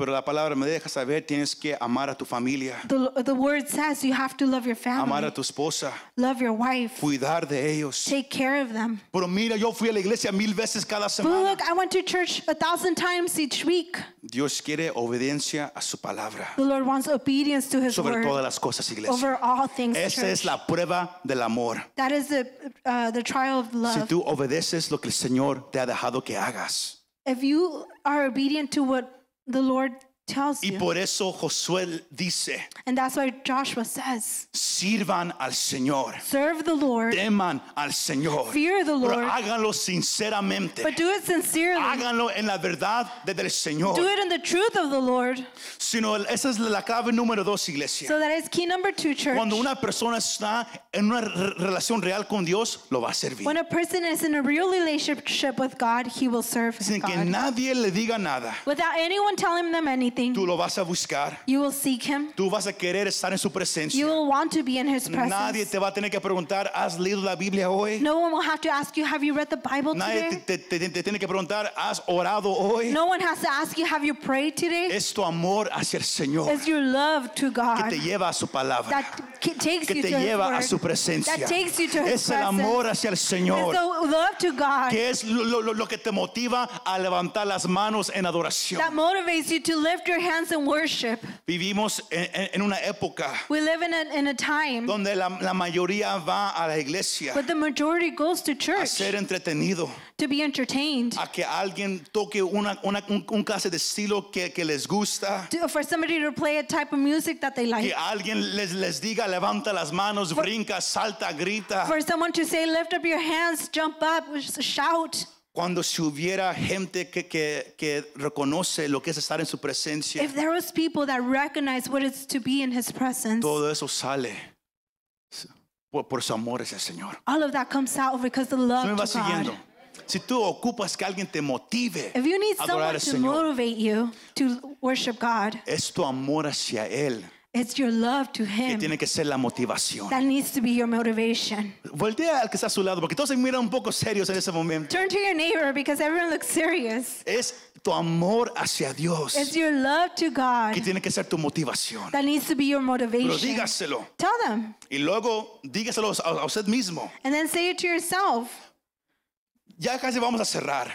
B: Pero la palabra me deja saber, tienes que amar a tu familia,
C: The, the word says you have to love your
B: amar a
C: family,
B: tu esposa,
C: love your wife,
B: cuidar de ellos.
C: take care of them.
B: Pero mira, yo fui a la iglesia mil veces cada
C: But
B: semana.
C: look, I went to church a thousand times each week.
B: Dios quiere obediencia a su palabra
C: The Lord wants obedience to His
B: sobre
C: word
B: todas las cosas, iglesia.
C: over all things.
B: Esa
C: church.
B: es la prueba del amor.
C: That is the uh, the trial of
B: Si
C: love.
B: tú obedeces lo que el Señor te ha dejado que hagas.
C: if you are obedient to what the Lord tells
B: Y
C: you,
B: por eso Josué dice,
C: and that's why Joshua says,
B: sirvan al Señor,
C: serve the Lord,
B: teman al Señor,
C: fear the
B: pero
C: Lord,
B: háganlo sinceramente.
C: but do it sincerely.
B: Háganlo en la verdad desde el Señor.
C: do it in the truth of the Lord.
B: Sino esa es la clave número dos, iglesia.
C: So that is key number two, church.
B: Cuando una persona está en una re- relación real con Dios, lo va a servir.
C: when a person is in a real relationship with God, he will serve
B: Sin que
C: God.
B: nadie le diga nada,
C: Without anyone telling them anything,
B: tú lo vas a buscar.
C: you will seek him.
B: Tú vas a querer estar en su
C: You
B: presencia.
C: will want to be in his presence.
B: Nadie te va a tener que preguntar, ¿has leído la Biblia hoy?
C: no one will have to ask you, have you read the Bible
B: Nadie te, te-
C: today?
B: te- te tiene que preguntar, ¿has orado hoy?
C: No one has to ask you, have you prayed today?
B: Es tu amor hacia el Señor
C: is your love to
B: que
C: God
B: te lleva a su palabra,
C: that ki- takes
B: que
C: you
B: te
C: to His
B: lleva a
C: word,
B: su presencia.
C: That takes you to His
B: Es el
C: presence.
B: amor hacia el
C: It's
B: Señor.
C: the love to God
B: que es lo, lo- lo que te motiva a levantar las manos en
C: that
B: adoración.
C: motivates you to lift your hands in worship.
B: Vivimos en, en- en una época
C: We live in a, in a time
B: donde la, la mayoría va a la iglesia
C: where the majority goes to
B: a
C: church
B: ser entretenido,
C: to be entertained,
B: a que alguien toque una, una- un, un clase de estilo que, que les gusta,
C: to, for somebody to play a type of music that they
B: que
C: like,
B: alguien les, les diga levanta las manos,
C: For-
B: brinca, salta, grita,
C: for someone to say, lift up your hands, jump up, sh- shout.
B: cuando si hubiera gente que, que, que reconoce lo que es estar en su presencia,
C: If there was people that recognize what it's to be in His presence,
B: todo eso sale por, por su amor hacia el Señor.
C: all of that comes out because the
B: Tú me
C: love
B: vas
C: to God.
B: siguiendo. Si tú ocupas que alguien te motive
C: If you need
B: a adorar
C: someone
B: al
C: to
B: Señor,
C: motivate you to worship God,
B: es tu amor hacia Él
C: it's your love to
B: que
C: Him
B: tiene que ser la motivación.
C: that needs to be your motivation.
B: Voltea al que está a su lado, porque todos se miran un poco serios en ese momento.
C: Turn to your neighbor because everyone looks serious.
B: Es tu amor hacia Dios
C: It's your love to
B: que
C: God
B: tiene que ser tu motivación.
C: that needs to be your
B: Pero
C: motivation.
B: dígaselo.
C: Tell them
B: Y luego dígaselo a, a usted mismo.
C: and then say it to yourself.
B: Ya casi vamos a cerrar.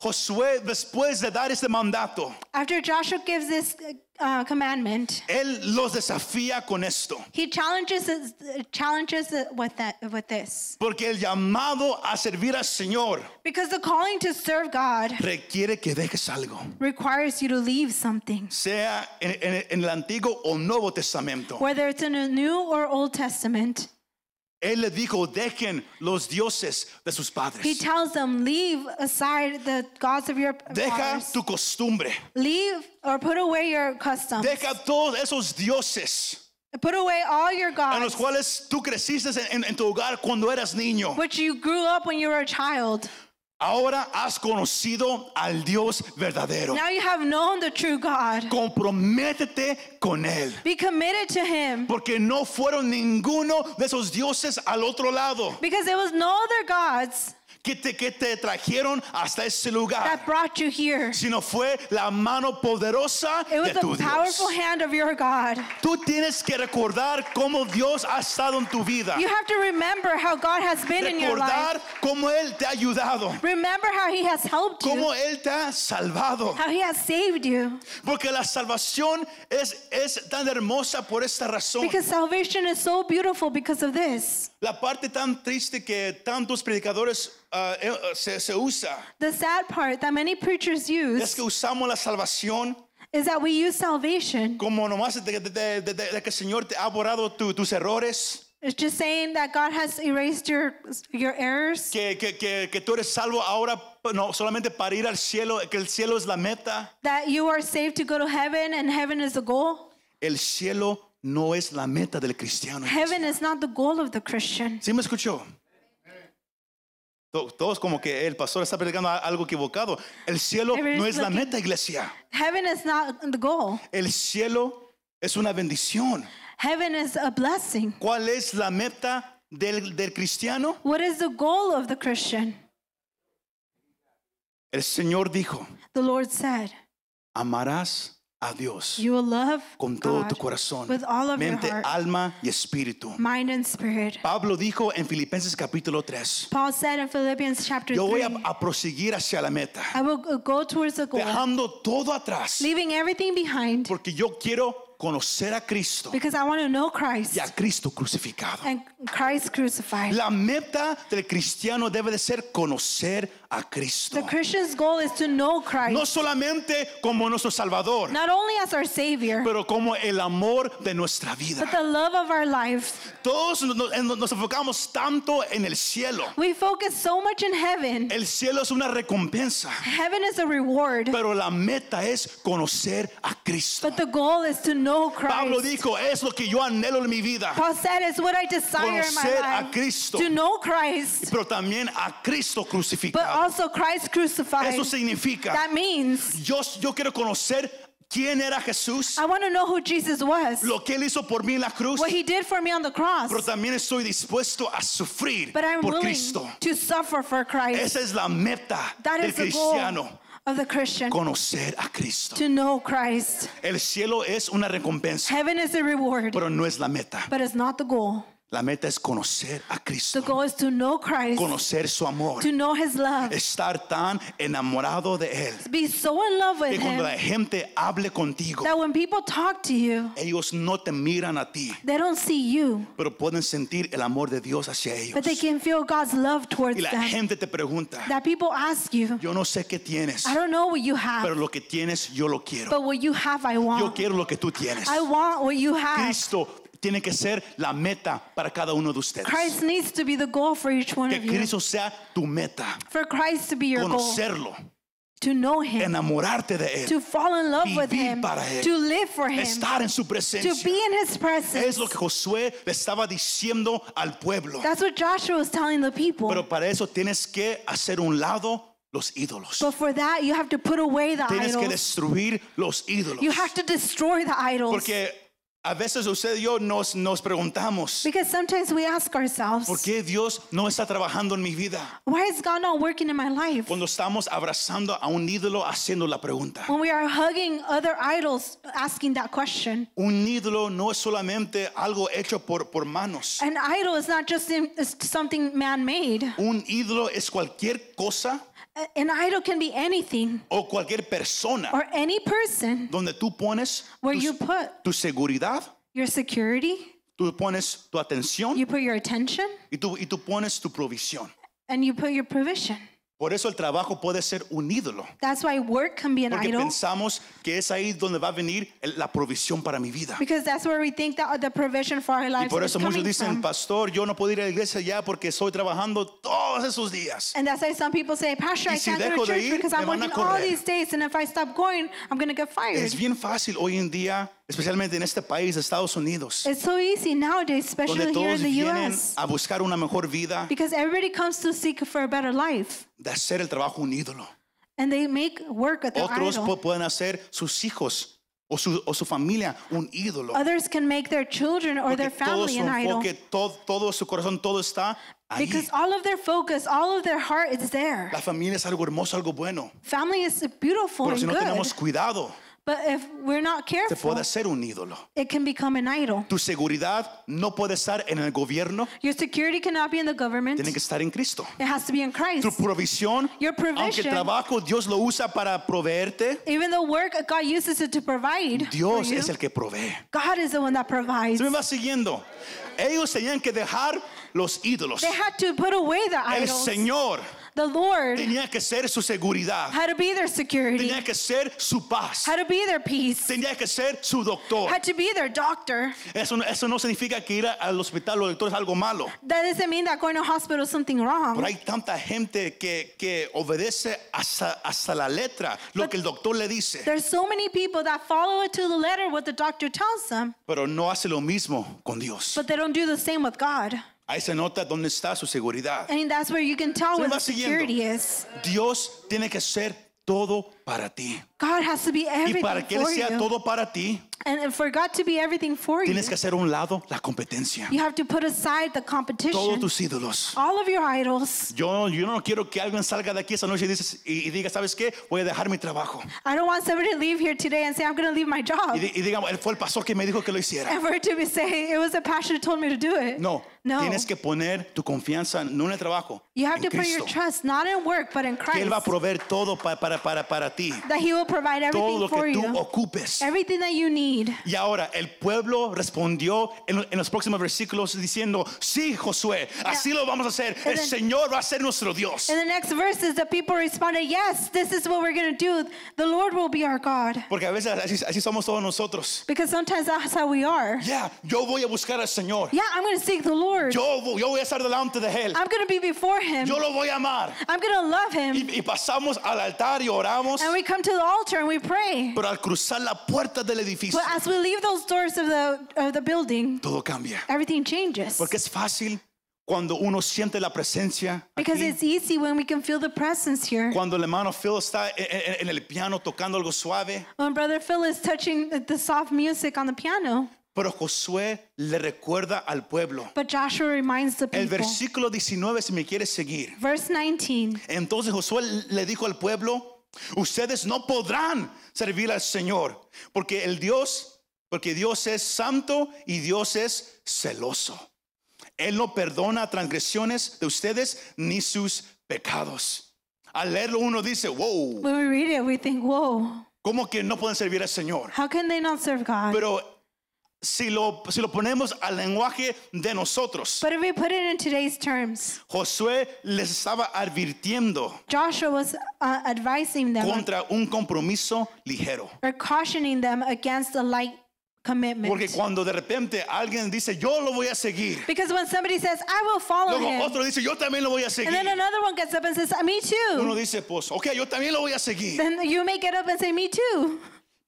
B: Josué, después de dar este mandato,
C: After Joshua gives this uh, commandment,
B: él los desafía con esto.
C: he challenges us- challenges it with that with this
B: Porque el llamado a servir al Señor
C: because the calling to serve God
B: requiere que dejes algo,
C: requires you to leave something,
B: sea en, en- en el Antiguo o Nuevo Testamento.
C: whether it's in the New or Old Testament.
B: Él le dijo, dejen los dioses de sus
C: He
B: padres.
C: tells them, leave aside the gods of your
B: Deja
C: fathers.
B: tu costumbre.
C: Leave or put away your customs.
B: Deja todos esos dioses
C: Put away all your
B: en los
C: gods,
B: cuales tú creciste en, en- en tu hogar cuando eras niño.
C: which you grew up when you were a child.
B: Ahora has conocido al Dios verdadero.
C: Now you have known the true God.
B: Comprométete con Él.
C: Be committed to Him
B: Porque no fueron ninguno de esos dioses al otro lado
C: because there was no other gods
B: que te, que te trajeron hasta ese lugar.
C: that brought you here.
B: sino fue la mano poderosa
C: It was
B: de tu
C: the
B: Dios.
C: powerful hand of your God.
B: Tú tienes que recordar cómo Dios ha estado en tu vida.
C: You have to remember how God has been in your life.
B: Recordar cómo Él te ha ayudado,
C: Remember how He has helped you,
B: cómo Él te ha salvado.
C: how He has saved you.
B: Porque la salvación es, es tan hermosa por esta razón.
C: Because salvation is so beautiful because of this.
B: La parte tan triste que tantos predicadores ah, eh, eh, se, se usa
C: The sad part that many preachers
B: es
C: use
B: que usamos la salvación
C: is that we use salvation.
B: como nomás de, de- de- de- de que el Señor te ha borrado tu- tus errores.
C: It's just saying that God has erased your your errors,
B: que, que, que, que tú eres salvo ahora no solamente para ir al cielo, que el cielo es la meta.
C: that you are saved to go to heaven and heaven is the goal.
B: El cielo no es la meta del cristiano.
C: Heaven is not the goal of the Christian.
B: ¿Sí me escuchó? To- Todos como que el pastor está predicando a- algo equivocado. El cielo
C: Everyone's
B: no es la
C: looking-
B: meta, iglesia.
C: Heaven is not the goal.
B: El cielo es una bendición.
C: Heaven is a blessing.
B: ¿Cuál es la meta del, del cristiano?
C: What is the goal of the Christian?
B: El Señor dijo,
C: The Lord said,
B: amarás a Dios
C: You will love
B: con todo
C: God
B: tu corazón,
C: with all of
B: mente,
C: your heart,
B: alma y espíritu.
C: mind, and spirit.
B: Pablo dijo en Filipenses capítulo 3,
C: Paul said in Philippians chapter
B: yo voy a,
C: 3,
B: a proseguir hacia la meta,
C: I will go towards the goal,
B: dejando todo atrás,
C: leaving everything behind
B: porque yo quiero conocer a Cristo
C: because I want to know Christ
B: y a Cristo crucificado.
C: and Christ crucified.
B: La meta del cristiano debe de ser conocer a
C: The
B: Cristo.
C: Christian's goal is to know Christ,
B: No solamente como nuestro Salvador,
C: not only as our Savior,
B: pero como el amor de nuestra
C: but
B: vida.
C: the love of our lives.
B: Todos nos, nos- nos enfocamos tanto en el cielo.
C: We focus so much in heaven.
B: El cielo es una recompensa,
C: Heaven is a reward,
B: pero la meta es conocer a Cristo.
C: but the goal is to know
B: Pablo
C: Christ.
B: dijo, es lo que yo anhelo en mi vida,
C: Paul said, "It's what I desire in
B: Conocer a
C: my life
B: Cristo.
C: to know Christ,
B: pero también a Cristo
C: but
B: crucificado.
C: also Christ crucified."
B: Eso significa,
C: That means
B: yo, yo quiero conocer quién era Jesús,
C: I want to know who Jesus was,
B: lo que él hizo por mí en la cruz,
C: what He did for me on the
B: pero
C: cross.
B: también estoy dispuesto a sufrir
C: But I'm
B: por
C: willing
B: Cristo.
C: to suffer for Christ.
B: Esa es la meta
C: That
B: del
C: is the goal
B: cristiano,
C: of the Christian
B: conocer a Cristo.
C: to know Christ.
B: El cielo es una recompensa,
C: Heaven is a reward,
B: pero no es la meta.
C: but it's not the goal.
B: La meta es conocer a
C: The
B: Cristo,
C: goal is to know Christ,
B: conocer su amor,
C: to know His love,
B: estar tan enamorado de Él,
C: be so in love
B: que
C: with
B: cuando
C: Him
B: la gente hable contigo,
C: that when people talk to you,
B: ellos no te miran a ti,
C: they don't see you,
B: pero pueden sentir el amor de Dios hacia ellos.
C: but they can feel God's love towards
B: Y la
C: them.
B: gente te pregunta,
C: That people ask you,
B: yo no sé qué tienes,
C: I don't know what you
B: pero
C: have,
B: lo que tienes yo lo quiero.
C: but what you have, I
B: Yo
C: want.
B: quiero lo que tú tienes.
C: I want what you have.
B: Cristo tiene que ser la meta para cada uno de ustedes.
C: Christ needs to be the goal for each one
B: Que
C: of you.
B: Cristo sea tu meta,
C: For Christ to be your goal,
B: conocerlo,
C: to know Him,
B: enamorarte de
C: to
B: Él,
C: fall in love with
B: Vivir
C: Him,
B: para Él.
C: to live for Him,
B: estar en su
C: to
B: presencia.
C: be in His
B: Es
C: presence.
B: lo que Josué le estaba diciendo al pueblo.
C: That's what Joshua was telling the people.
B: Pero para eso tienes que hacer un lado los ídolos.
C: But for that, you have to put away the
B: Tienes que
C: idols.
B: destruir los ídolos.
C: You have to destroy the idols.
B: Porque a veces usted y yo nos, nos preguntamos,
C: Because sometimes we ask
B: ¿por
C: ourselves,
B: qué Dios no está trabajando en mi vida?
C: why is God not working in my life?
B: Cuando estamos abrazando a un ídolo haciendo la pregunta.
C: When we are hugging other idols, asking that question.
B: Un ídolo no es solamente algo hecho por, por manos.
C: An idol is not just in, is something man made,
B: Un ídolo es cualquier cosa
C: an idol can be anything.
B: o cualquier persona
C: or any person
B: donde tú pones
C: where
B: tu-
C: you put
B: tu seguridad,
C: your security,
B: tú pones tu atención
C: you put your attention,
B: y tú, y tú pones tu provisión.
C: and you put your provision.
B: Por eso el trabajo puede ser un ídolo.
C: That's why work can be an
B: Porque
C: idol
B: pensamos que es ahí donde va a venir el- la provisión para mi vida.
C: because that's where we think that the provision for our
B: Y
C: lives
B: por
C: is
B: eso muchos
C: coming
B: dicen,
C: from.
B: pastor, yo no puedo ir a la iglesia ya porque estoy trabajando todos esos días.
C: And that's why some people say, Pastor,
B: Y
C: I
B: si
C: can't go
B: dejo
C: to
B: de
C: church
B: ir,
C: because
B: me
C: I'm
B: van a
C: working all
B: correr."
C: these days, and if I stop going, I'm going to get fired.
B: Es bien fácil hoy en día, especialmente en este país, Estados Unidos,
C: It's so easy nowadays,
B: donde
C: especially here
B: todos
C: in the
B: vienen
C: U.S.,
B: a buscar una mejor vida,
C: because everybody comes to seek for a better life,
B: de hacer el trabajo un ídolo.
C: and they make work at their
B: Otros
C: idol.
B: po- pueden hacer sus hijos o su, o su familia un ídolo.
C: Others can make their children or
B: Porque
C: their
B: todo
C: family
B: su
C: an idol.
B: enfoque, todo, todo su corazón, todo está ahí.
C: Because all of their focus, all of their heart is there.
B: La familia es algo hermoso, algo bueno.
C: Family is beautiful
B: Pero
C: and
B: si no
C: Oh, good,
B: tenemos cuidado,
C: but if we're not
B: se
C: careful,
B: puede hacer un ídolo.
C: it can become an idol.
B: Tu seguridad no puede estar en el gobierno,
C: Your security cannot be in the government.
B: tiene que estar en Cristo.
C: It has to be in Christ.
B: Tu provisión,
C: Your
B: aunque el
C: provision.
B: trabajo Dios lo usa para proveerte,
C: Even though work God uses it to provide
B: Dios
C: for you,
B: es el que provee.
C: God is the one that provides.
B: Se me va siguiendo. Ellos tenían que dejar los ídolos.
C: They had to put away their
B: El
C: idols.
B: Señor
C: The Lord
B: tenía que ser su seguridad,
C: had to be their security,
B: tenía que ser su paz,
C: had to be their peace,
B: tenía que ser su doctor.
C: had to be their doctor.
B: Eso, no- eso no significa que ir a- al hospital o al doctor es algo malo.
C: That doesn't mean that going to hospital is something wrong.
B: Pero hay tanta gente que, que obedece hasta, hasta la letra lo que el doctor le dice,
C: There's so many people that follow it to the letter what the doctor tells them,
B: pero no hace lo mismo con Dios.
C: but they don't do the same with God.
B: Ahí se nota dónde está su seguridad.
C: And that's where you can tell
B: Se
C: where
B: va
C: the
B: siguiendo.
C: security is.
B: Dios tiene que ser todo para ti.
C: God has to be
B: Y
C: everything
B: para que Él
C: for
B: sea
C: you.
B: todo para ti,
C: and and for God to be everything for you,
B: tienes que hacer a un lado la competencia.
C: you have to put aside the
B: Todos
C: competition,
B: tus ídolos.
C: all of your idols.
B: Yo, yo no quiero que alguien salga de aquí esa noche y, dices- y- y diga, ¿sabes qué? Voy a dejar mi trabajo.
C: I don't want somebody to leave here today and say, I'm going to leave my job.
B: Y, di- y diga, él fue el pastor que me dijo que lo hiciera.
C: and for it to be saying, it was a pastor who told me to do it.
B: No,
C: No.
B: tienes que poner tu confianza no en el trabajo,
C: you have
B: en
C: to put your
B: Cristo.
C: trust not in work, but in
B: Que
C: Christ.
B: Él va a proveer todo pa- para, para, para ti.
C: that He will provide
B: Todo
C: everything
B: lo
C: for
B: que tú
C: you,
B: ocupes.
C: everything that you need.
B: Y ahora el pueblo respondió en, en los próximos versículos diciendo, sí, Josué, así lo vamos a hacer. El
C: then-
B: Señor va a ser nuestro Dios.
C: In the next verses, the people responded, Yes, this is what we're going to do. The Lord will be our God.
B: Porque a veces así, así somos todos nosotros.
C: Because sometimes that's how we are.
B: Ya, yo voy a buscar al Señor.
C: Yeah, I'm going to seek the Lord.
B: Yo, vo- yo voy a estar delante de Él.
C: I'm going to be before Him.
B: Yo lo voy a amar.
C: I'm going to love Him.
B: Y, y pasamos al altar y oramos.
C: And we come to the altar and we pray.
B: Pero al cruzar la puerta del edificio,
C: But as we leave those doors of the, of the building,
B: todo cambia.
C: everything changes.
B: Porque es fácil cuando uno siente la presencia.
C: Because
B: aquí.
C: it's easy when we can feel the presence here.
B: Cuando el hermano Phil está en- en- en el piano tocando algo suave.
C: When Brother Phil is touching the- the soft music on the piano,
B: Pero Josué le recuerda al pueblo.
C: but Joshua reminds the
B: El
C: people.
B: versículo 19, si me quieres seguir.
C: Verse 19.
B: Entonces Josué le dijo al pueblo, ustedes no podrán servir al Señor, porque el Dios, porque Dios es santo y Dios es celoso. Él no perdona transgresiones de ustedes ni sus pecados. Al leerlo uno dice, wow,
C: When we read it, we think, whoa,
B: ¿cómo que no pueden servir al Señor?
C: how can they not serve God?
B: Pero si lo, si lo ponemos al lenguaje de nosotros,
C: But if we put it in today's terms,
B: Josué les estaba advirtiendo
C: Joshua was uh, advising them
B: contra un compromiso ligero.
C: or cautioning them against a light commitment.
B: Porque cuando de repente alguien dice, yo lo voy a seguir,
C: because when somebody says, I will follow
B: luego
C: him,
B: otro dice, yo también lo voy a
C: and
B: seguir.
C: then another one gets up and says, Me too.
B: Uno dice, pues, ok, yo también lo voy a seguir.
C: then you may get up and say, Me too.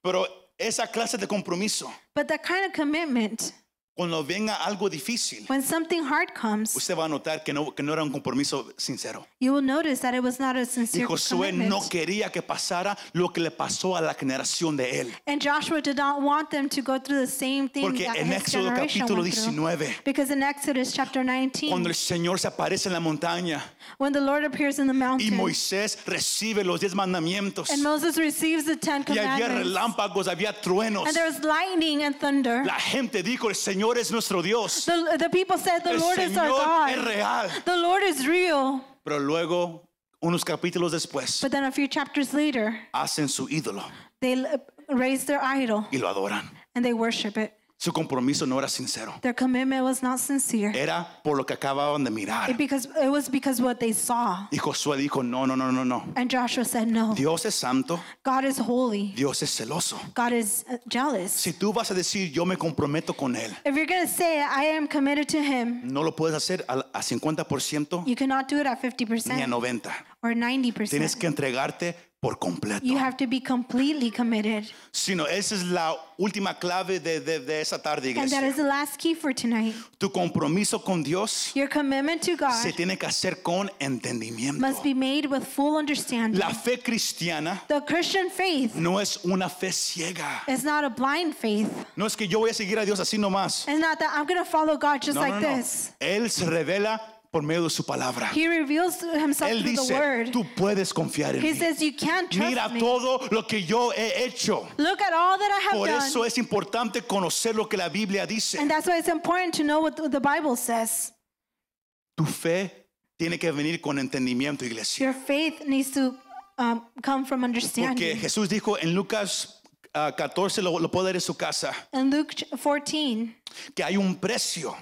B: Pero esa clase de compromiso,
C: But that kind of commitment,
B: cuando venga algo difícil,
C: when something hard comes,
B: usted va a notar que no, que no era un compromiso sincero.
C: you will notice that it was not a
B: Y
C: sincere
B: Josué
C: commitment.
B: no quería que pasara lo que le pasó a la generación de él.
C: and Joshua did not want them to go through the same thing
B: Porque
C: that
B: en
C: his
B: Éxodo
C: generation
B: capítulo
C: went through.
B: 19,
C: Because in Exodus chapter 19,
B: cuando el Señor se aparece en la montaña
C: when the Lord appears in the
B: y
C: mountain,
B: Moisés recibe los diez mandamientos,
C: and Moses receives the Ten
B: y había
C: Commandments,
B: relámpagos, había truenos,
C: and there was lightning and thunder,
B: La gente dijo, el Señor es nuestro Dios.
C: the, the people said, The
B: El
C: Lord is our
B: Señor es
C: God.
B: real.
C: The Lord is real.
B: Pero luego, unos capítulos después,
C: But then a few chapters later,
B: hacen su ídolo
C: they l- raise their idol
B: y lo adoran.
C: and they worship it.
B: Su compromiso no era sincero.
C: Their commitment was not sincere.
B: Era por lo que acababan de
C: It
B: mirar.
C: because it was because what they saw.
B: Y Josué dijo, no, no, no, no, no.
C: And Joshua said, "No.
B: Dios es santo,
C: God is holy.
B: Dios es celoso.
C: God is uh, jealous.
B: Si tú vas a decir, yo me comprometo con Él,
C: If you're going to say I am committed to him,
B: no lo puedes hacer al- a 50%
C: you cannot do it at
B: ni a
C: 50%
B: 90.
C: or 90%.
B: Tienes que entregarte por completo.
C: You have to be completely committed.
B: Sino, esa es la última clave de, de- de esa tarde,
C: And that
B: iglesia.
C: is the last key for tonight.
B: Tu compromiso con Dios
C: Your commitment to
B: se
C: God
B: tiene que hacer con entendimiento.
C: must be made with full understanding.
B: La fe cristiana
C: The Christian faith
B: no es una fe ciega.
C: is not a blind faith.
B: No es que yo voy a seguir a Dios así nomás.
C: It's not that I'm going to follow God just
B: No,
C: like
B: no, no.
C: this.
B: Él se revela por medio de su palabra.
C: He reveals himself
B: Él
C: through the
B: dice,
C: word.
B: tú puedes confiar en
C: He
B: mí.
C: says, You can't trust
B: Mira
C: me.
B: todo lo que yo he hecho.
C: Look at all that I have
B: Por
C: done.
B: eso es importante conocer lo que la Biblia dice.
C: And that's why it's important to know what the Bible says.
B: Tu fe tiene que venir con entendimiento, iglesia.
C: Your faith needs to um, come from
B: Porque
C: understanding.
B: Jesús dijo en Lucas ah, 14, lo, lo puedo leer en su casa.
C: In Luke ch- 14,
B: que hay un precio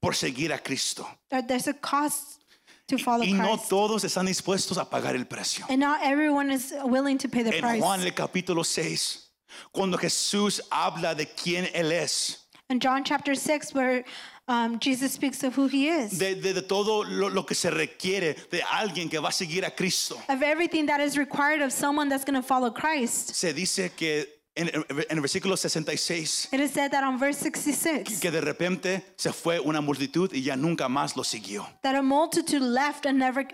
B: por seguir a Cristo.
C: that there's a cost to follow
B: Y no
C: Christ.
B: todos están dispuestos a pagar el precio.
C: And not everyone is willing to pay the
B: En Juan
C: price.
B: el capítulo 6, cuando Jesús habla de quién Él es,
C: In John chapter 6, where um, Jesus speaks of who he is,
B: de, de- de todo lo, lo que se requiere de alguien que va a seguir a Cristo,
C: of everything that is required of someone that's going to follow Christ.
B: se dice que en, en el versículo 66,
C: It is said that on verse 66
B: que de repente se fue una multitud y ya nunca más lo siguió.
C: that a multitude left and never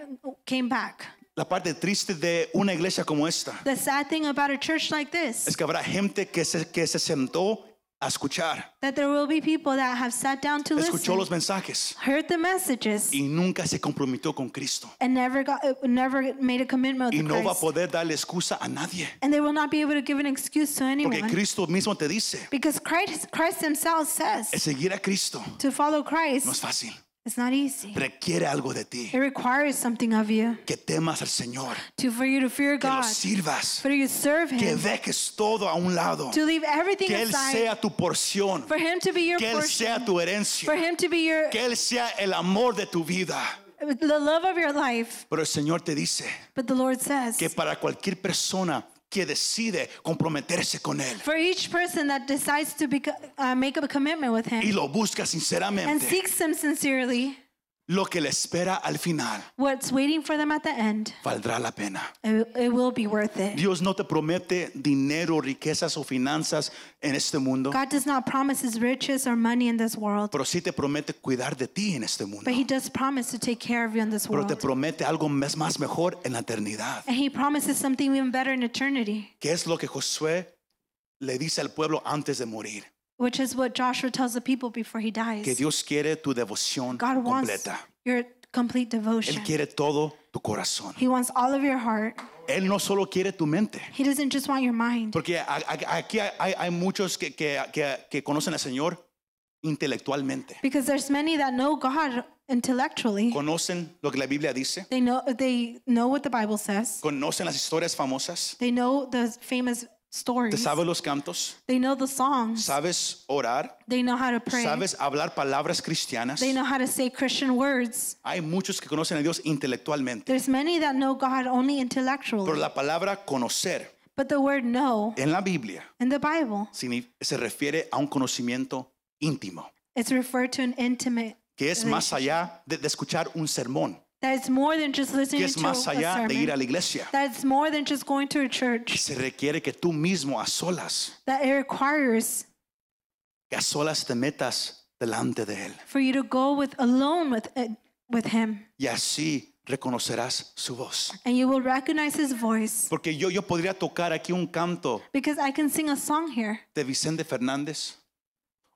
C: came back.
B: La parte triste de una iglesia como esta
C: The sad thing about a church like this
B: es que habrá gente que se, que se sentó a escuchar,
C: that there will be people that have sat down to
B: escuchó
C: listen,
B: los mensajes
C: heard the messages,
B: y nunca se comprometió con Cristo.
C: and never got, uh, never made a commitment
B: Y
C: with
B: no va a
C: Christ.
B: poder darle excusa a nadie.
C: And they will not be able to give an excuse to
B: Porque
C: anyone
B: Cristo mismo te dice,
C: because Christ, Christ Himself
B: el
C: says
B: seguir a Cristo
C: to follow
B: no es
C: Christ
B: fácil.
C: is not easy.
B: Requiere algo de ti.
C: It requires something of you
B: Que temas al Señor.
C: to for you to fear
B: Que lo
C: God,
B: sirvas.
C: for you to serve
B: Que
C: Him,
B: dejes todo a un lado.
C: to leave everything
B: Que Él
C: aside,
B: sea tu porción.
C: for Him to be your
B: Que Él
C: portion,
B: sea tu
C: for
B: herencia.
C: Him to be your
B: Que Él sea el amor de tu vida.
C: the love of your life.
B: Pero el Señor te dice
C: But the Lord says,
B: que para cualquier persona que decide comprometerse con Él
C: for each person that decides to beco- uh, make a commitment with
B: y
C: Him
B: lo busca
C: and
B: sinceramente,
C: seeks Him sincerely,
B: lo que le espera al final
C: what's waiting for them at the end,
B: valdrá la pena.
C: it, it will be worth it.
B: Dios no te promete dinero, riquezas o finanzas en este mundo,
C: God does not promise His riches or money in this world,
B: pero sí te promete cuidar de ti en este mundo.
C: but He does promise to take care of you in this
B: Pero te
C: world.
B: promete algo más, más mejor en la eternidad.
C: And He promises something even better in eternity,
B: ¿Qué es lo que Josué le dice al pueblo antes de morir?
C: which is what Joshua tells the people before he
B: Que
C: dies.
B: Dios quiere tu devoción
C: God wants
B: completa.
C: your complete
B: Él
C: devotion.
B: quiere todo tu corazón.
C: He wants all of your heart.
B: Él no solo quiere tu mente.
C: He doesn't just want your mind.
B: Porque a- a- aquí hay, hay muchos que, que- que- que conocen al Señor intelectualmente.
C: Because there's many that know God intellectually.
B: Conocen lo que la Biblia dice.
C: They know they know what the Bible says.
B: Conocen las historias famosas.
C: They know the famous
B: Te
C: stories.
B: sabes los cantos,
C: They know the songs.
B: sabes orar,
C: They know how to pray.
B: sabes hablar palabras cristianas.
C: They know how to say Christian words.
B: Hay muchos que conocen a Dios intelectualmente,
C: There's many that know God only
B: pero
C: intellectually.
B: la palabra conocer
C: But the word know
B: en la Biblia
C: in the Bible
B: signi- se refiere a un conocimiento íntimo,
C: it's referred to an intimate
B: que es más allá de, de escuchar un sermón,
C: that it's more than just
B: que
C: listening
B: es
C: to a
B: más allá de ir a
C: sermon.
B: la iglesia.
C: That it's more than just going to a church.
B: Se requiere que tú mismo a solas,
C: That it requires
B: que a solas te metas delante de Él.
C: for you to go with alone with with him
B: Y así reconocerás su voz.
C: and you will recognize his voice.
B: Porque yo, yo podría tocar aquí un canto
C: Because I can sing a song here
B: de Vicente Fernández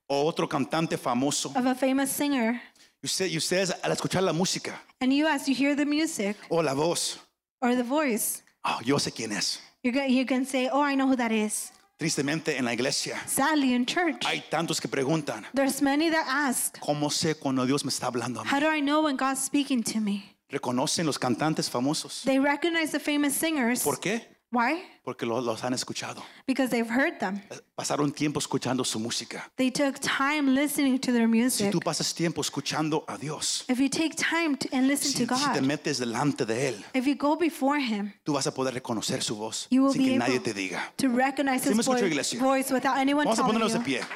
B: o otro cantante famoso.
C: of a famous singer,
B: Y, usted- y ustedes al escuchar la música
C: and you, as you hear the music
B: o la voz,
C: or the voice,
B: "Ah, yo sé quién es.
C: you're go- you can say, "Oh, I know who that is."
B: Tristemente en la iglesia
C: Sadly, in church,
B: hay tantos que preguntan,
C: there's many that ask,
B: ¿cómo sé cuando Dios me está hablando a mí?
C: "How do I know when God's speaking to me?"
B: Reconocen los cantantes famosos.
C: They recognize the famous singers.
B: ¿Por qué?
C: Why?
B: Porque lo- los han escuchado. Eh,
C: Because they've heard them.
B: Pasaron tiempo escuchando su música.
C: They took time listening to their
B: Si
C: music.
B: tú pasas tiempo escuchando a Dios,
C: If you take time to, and listen
B: si,
C: to
B: si te
C: God,
B: metes delante de Él,
C: if you go before Him
B: tú vas a poder reconocer su voz
C: You will
B: sin
C: be
B: que nadie te
C: able-
B: diga.
C: to recognize
B: Sí me
C: His
B: escucho,
C: voice,
B: iglesia.
C: voice without anyone
B: Vamos a
C: telling
B: ponernos de
C: you.
B: pie.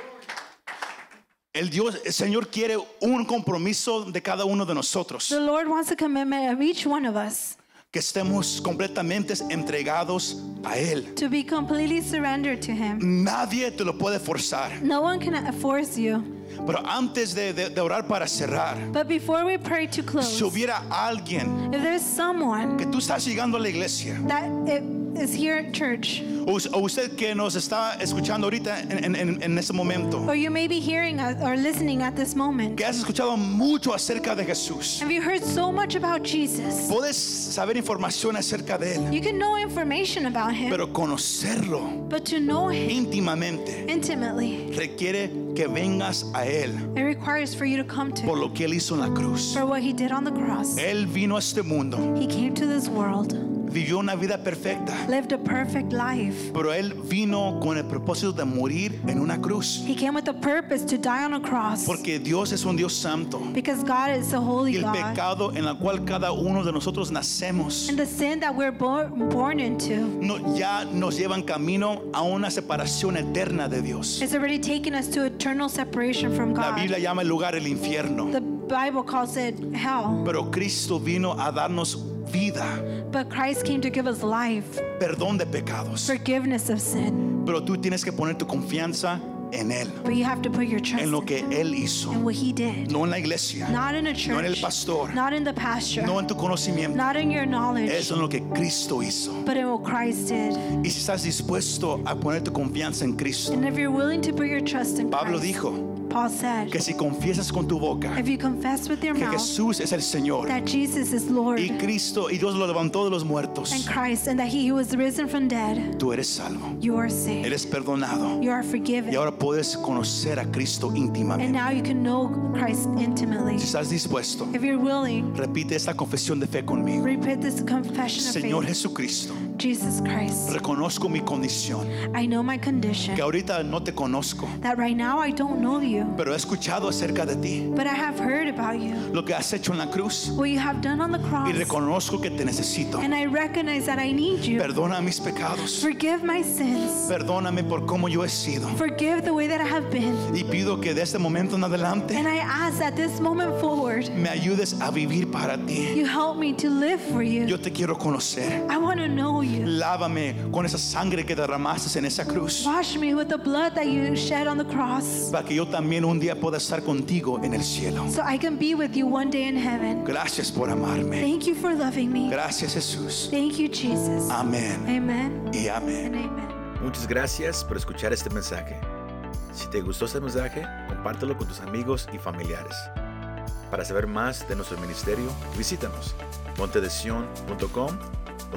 B: El Dios, el Señor quiere un compromiso de cada uno de nosotros,
C: The Lord wants a commitment of each one of us
B: que estemos completamente entregados a él.
C: to be completely surrendered to Him.
B: Nadie te lo puede forzar.
C: No one can force you.
B: Pero antes de, de- de orar para cerrar,
C: But before we pray to close,
B: si hubiera alguien
C: if there's someone
B: que tú estás llegando a la iglesia
C: that i- is here at church,
B: o, us- o usted que nos está escuchando ahorita en, en- en- en este momento,
C: or you may be hearing us or listening at this moment,
B: que has escuchado mucho acerca de Jesús,
C: have you heard so much about Jesus?
B: puedes saber información acerca de él,
C: You can know information about Him,
B: pero conocerlo
C: but to know Him
B: íntimamente
C: intimately,
B: requiere que vengas a Él
C: it requires for you to come to
B: por
C: Him
B: lo Eh. que Él hizo en la cruz.
C: for what He did on the cross.
B: Él vino a este mundo,
C: He came to this world,
B: vivió una vida perfecta,
C: lived a perfect life.
B: pero Él vino con el propósito de morir en una cruz.
C: He came with a purpose to die on a cross.
B: Porque Dios es un Dios santo
C: Because God is a
B: y
C: holy
B: el
C: God.
B: pecado en el cual cada uno de nosotros nacemos
C: And the sin that we're born, born into
B: no- ya nos llevan camino a una separación eterna de Dios.
C: has already taken us to eternal separation from
B: La
C: God.
B: Biblia llama el lugar el infierno,
C: The Bible calls it hell.
B: pero Cristo vino a darnos vida,
C: But Christ came to give us life,
B: perdón de pecados,
C: forgiveness of sin,
B: pero tú tienes que poner tu confianza en Él,
C: But you have to put your trust
B: en lo que
C: in Him
B: Él hizo,
C: and what He did.
B: no en la iglesia,
C: not in a church.
B: no en el pastor,
C: Not in the pasture.
B: no en tu conocimiento,
C: not in your knowledge.
B: es en lo que Cristo hizo.
C: but in what Christ did.
B: Y si estás dispuesto a poner tu confianza en Cristo,
C: And if you're willing to put your trust in
B: Pablo
C: Christ,
B: dijo
C: Paul said,
B: que si confiesas con tu boca
C: if you confess with your
B: que
C: mouth
B: Jesús es el Señor
C: that Jesus is Lord
B: y Cristo y Dios lo levantó de los
C: and
B: muertos,
C: Christ and that He who is risen from dead,
B: tú eres salvo,
C: you are saved.
B: eres perdonado
C: You are
B: y
C: forgiven.
B: ahora puedes conocer a Cristo
C: And
B: íntimamente.
C: now you can know Christ intimately.
B: Si estás dispuesto,
C: If you're willing,
B: repite esta confesión de fe conmigo.
C: repeat this confession of
B: Señor
C: faith.
B: Jesucristo,
C: Jesus Christ,
B: reconozco mi condición,
C: I know my
B: que
C: condition,
B: ahorita no te conozco,
C: that right now I don't know you,
B: pero he escuchado acerca de ti,
C: but I have heard about you,
B: lo que has hecho en la cruz,
C: what you have done on the
B: y
C: cross,
B: reconozco que te necesito.
C: and I recognize that I need you.
B: Perdona mis pecados,
C: Forgive my sins.
B: perdóname por cómo yo he sido,
C: Forgive the way that I have been.
B: y pido que de este momento en adelante
C: And I ask that this moment forward,
B: me ayudes a vivir para ti.
C: you help me to live for you.
B: Yo te quiero conocer.
C: I want to know you.
B: Lávame con esa sangre que derramaste en esa cruz,
C: Wash me with the blood that you shed on the cross
B: para que yo también un día pueda estar contigo en el cielo.
C: so I can be with you one day in heaven.
B: Gracias por amarme.
C: Thank you for loving me.
B: Gracias Jesús.
C: Thank you, Jesus.
B: Ah. Amén
C: Amen
B: y amén.
C: and amen.
A: Muchas gracias por escuchar este mensaje. Si te gustó este mensaje, compártelo con tus amigos y familiares. Para saber más de nuestro ministerio, visítanos montedesion.com o